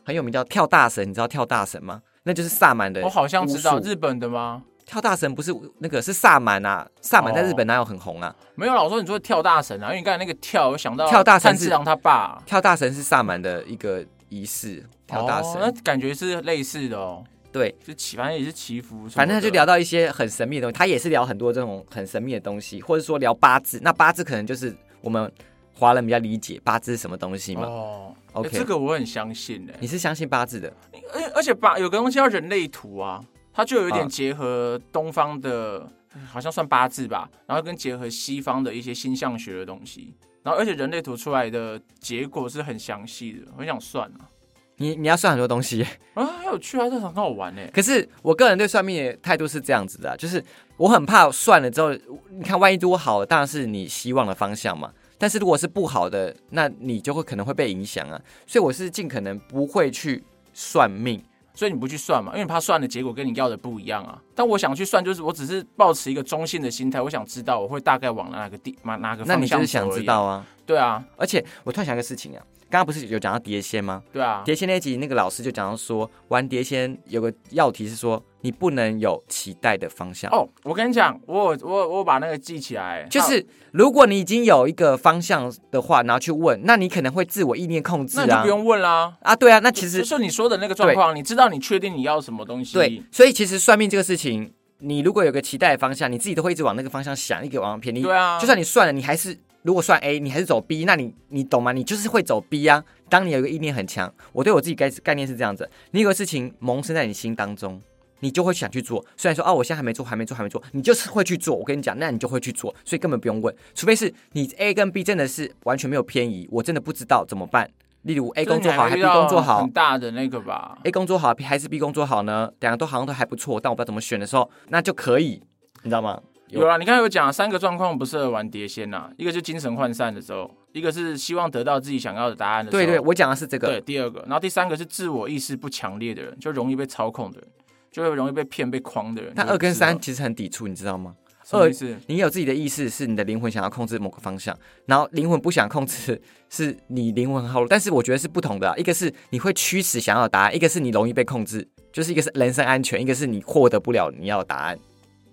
S3: 很有名叫跳大神，你知道跳大神吗？那就是萨满的巫术，
S2: 我好像知道日本的吗？
S3: 跳大神不是那个是萨满啊，萨满在
S2: 哦
S3: 日本哪有很红啊？
S2: 没有啦，我说你说跳大神啊，因为你刚才那个跳，我想到
S3: 跳大神
S2: 炭
S3: 是
S2: 治郎他爸啊、
S3: 跳大神是萨满的一个仪式，跳大神、
S2: 哦那感觉是类似的哦，
S3: 对，
S2: 就祈反正也是祈福什么的，
S3: 反正他就聊到一些很神秘的东西，他也是聊很多这种很神秘的东西，或者说聊八字。那八字可能就是我们华人比较理解八字是什么东西嘛。
S2: 哦
S3: OK
S2: 欸这个我很相信哎、
S3: 你是相信八字的？
S2: 而而且把有个东西叫人类图啊，它就有一点
S3: 啊
S2: 结合东方的，好像算八字吧，然后跟结合西方的一些星象学的东西，然后而且人类图出来的结果是很详细的，很想算啊，
S3: 你你要算很多东西，
S2: 啊，很有趣啊，这很好玩哎、
S3: 可是我个人对算命的态度是这样子的啊、就是我很怕算了之后，你看万一如果好了，当然是你希望的方向嘛。但是如果是不好的，那你就会可能会被影响啊。所以我是尽可能不会去算命。
S2: 所以你不去算嘛，因为你怕算的结果跟你要的不一样啊。但我想去算，就是我只是抱持一个中性的心态，我想知道我会大概往哪个地哪哪个
S3: 那
S2: 方
S3: 你就是
S2: 向走
S3: 想
S2: 而
S3: 知
S2: 已
S3: 道？啊。
S2: 对啊，
S3: 而且我突然想一个事情啊，刚刚不是有讲到碟仙吗？
S2: 对啊，
S3: 碟仙那一集，那个老师就讲到说，玩碟仙有个要题是说，你不能有期待的方向。
S2: 哦，我跟你讲，我有我有我有把那个记起来，
S3: 就是如果你已经有一个方向的话，然后去问，那你可能会自我意念控制
S2: 那你就
S3: 啊
S2: 不。用问啦。
S3: 啊，对啊，那其
S2: 就
S3: 实
S2: 就是你说的那个状况，你知道你确定你要什么东西，
S3: 对，所以其实算命这个事情，你如果有个期待的方向，你自己都会一直往那个方向想，一直往偏离。
S2: 对啊
S3: 就算你算了，你还是如果算 A，你还是走 B，那你你懂吗？你就是会走 B 啊。当你有一个意念很强，我对我自己概概念是这样子：你有个事情萌生在你心当中，你就会想去做。虽然说啊，我现在还没做，还没做，还没做，你就是会去做。我跟你讲，那你就会去做，所以根本不用问，除非是你 A 跟 B 真的是完全没有偏移，我真的不知道怎么办。例如 A
S2: 就是
S3: 工
S2: 你
S3: 作好
S2: 还
S3: 还 B
S2: 没遇到
S3: 工作好哎
S2: 很，大的那个吧。
S3: A 工作好还是 B 工作好呢？两个都好像都还不错，但我不知道怎么选的时候，那就可以，你知道吗？有
S2: 有啦，你刚才有讲三个状况不适合玩碟仙呐、一个就精神涣散的时候，一个是希望得到自己想要的答案的时候，
S3: 对对，我讲的是这个
S2: 对，第二个，然后第三个是自我意识不强烈的人，就容易被操控的人，就会容易被骗、被框的人。
S3: 但二跟三
S2: 就是
S3: 其实很抵触，你知道吗？
S2: 什么意思？
S3: 你有自己的意识，是你的灵魂想要控制某个方向，然后灵魂不想控制，是你灵魂好。但是我觉得是不同的啊、一个是你会驱使想要的答案，一个是你容易被控制，就是一个是人身安全，一个是你获得不了你要的答案。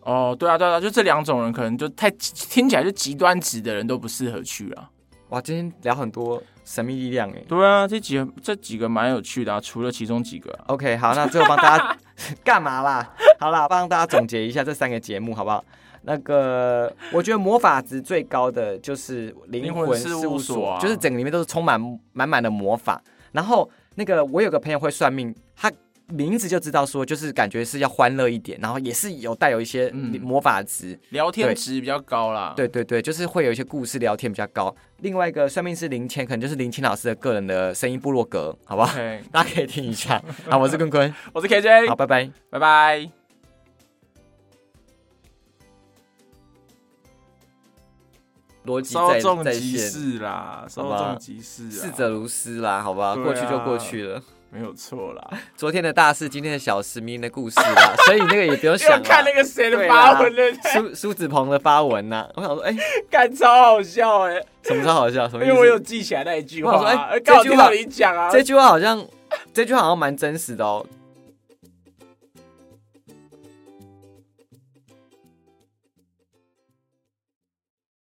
S2: 哦，对啊，对啊，就这两种人可能就太听起来就极端值的人都不适合去啊。
S3: 哇，今天聊很多神秘力量哎。
S2: 对啊，这几这几个蛮有趣的啊，除了其中几个、啊，
S3: OK，好，那最后帮大家 干嘛啦？好啦，帮大家总结一下这三个节目好不好？那个，我觉得魔法值最高的就是灵
S2: 灵魂
S3: 魂
S2: 事
S3: 事
S2: 务
S3: 务
S2: 所
S3: 所，
S2: 啊
S3: 就是整个里面都是充满满满的魔法。然后那个，我有个朋友会算命，他名字就知道说，就是感觉是要欢乐一点，然后也是有带有一些
S2: 嗯
S3: 魔法值。
S2: 聊天
S3: 对
S2: 值比较高啦。，
S3: 对对对，就是会有一些故事聊天比较高。另外一个算命是林谦，可能就是林谦老师的个人的声音部落格，好不好？
S2: OK，
S3: 大家可以听一下。好，我是坤坤，
S2: 我是 KJ，
S3: 好，拜拜。
S2: 拜拜。
S3: 逻辑
S2: 稍
S3: 在
S2: 纵
S3: 在
S2: 即
S3: 线，
S2: 逝啦，稍
S3: 好吧
S2: 纵即逝啊，
S3: 逝者如斯啦，好吧，
S2: 对啊
S3: 过去就过去了。
S2: 没有错啦。
S3: 昨天的大事，今天的小事，明天的故事啦，所以那个也 不用
S2: 因为
S3: 想
S2: 我看那
S3: 了。
S2: 个谁的
S3: 对啊啦
S2: 发文了，
S3: 苏苏子鹏的发文呐、我想说，哎、
S2: 看超好笑哎、
S3: 什么时候好笑？什么意
S2: 因哎为我有
S3: 思？
S2: 记起来那一句
S3: 我想
S2: 话
S3: 说
S2: 啊，
S3: 哎
S2: 刚好
S3: 这句
S2: 听
S3: 话
S2: 到你讲啊，
S3: 这句话好像，这句话好像蛮真实的哦。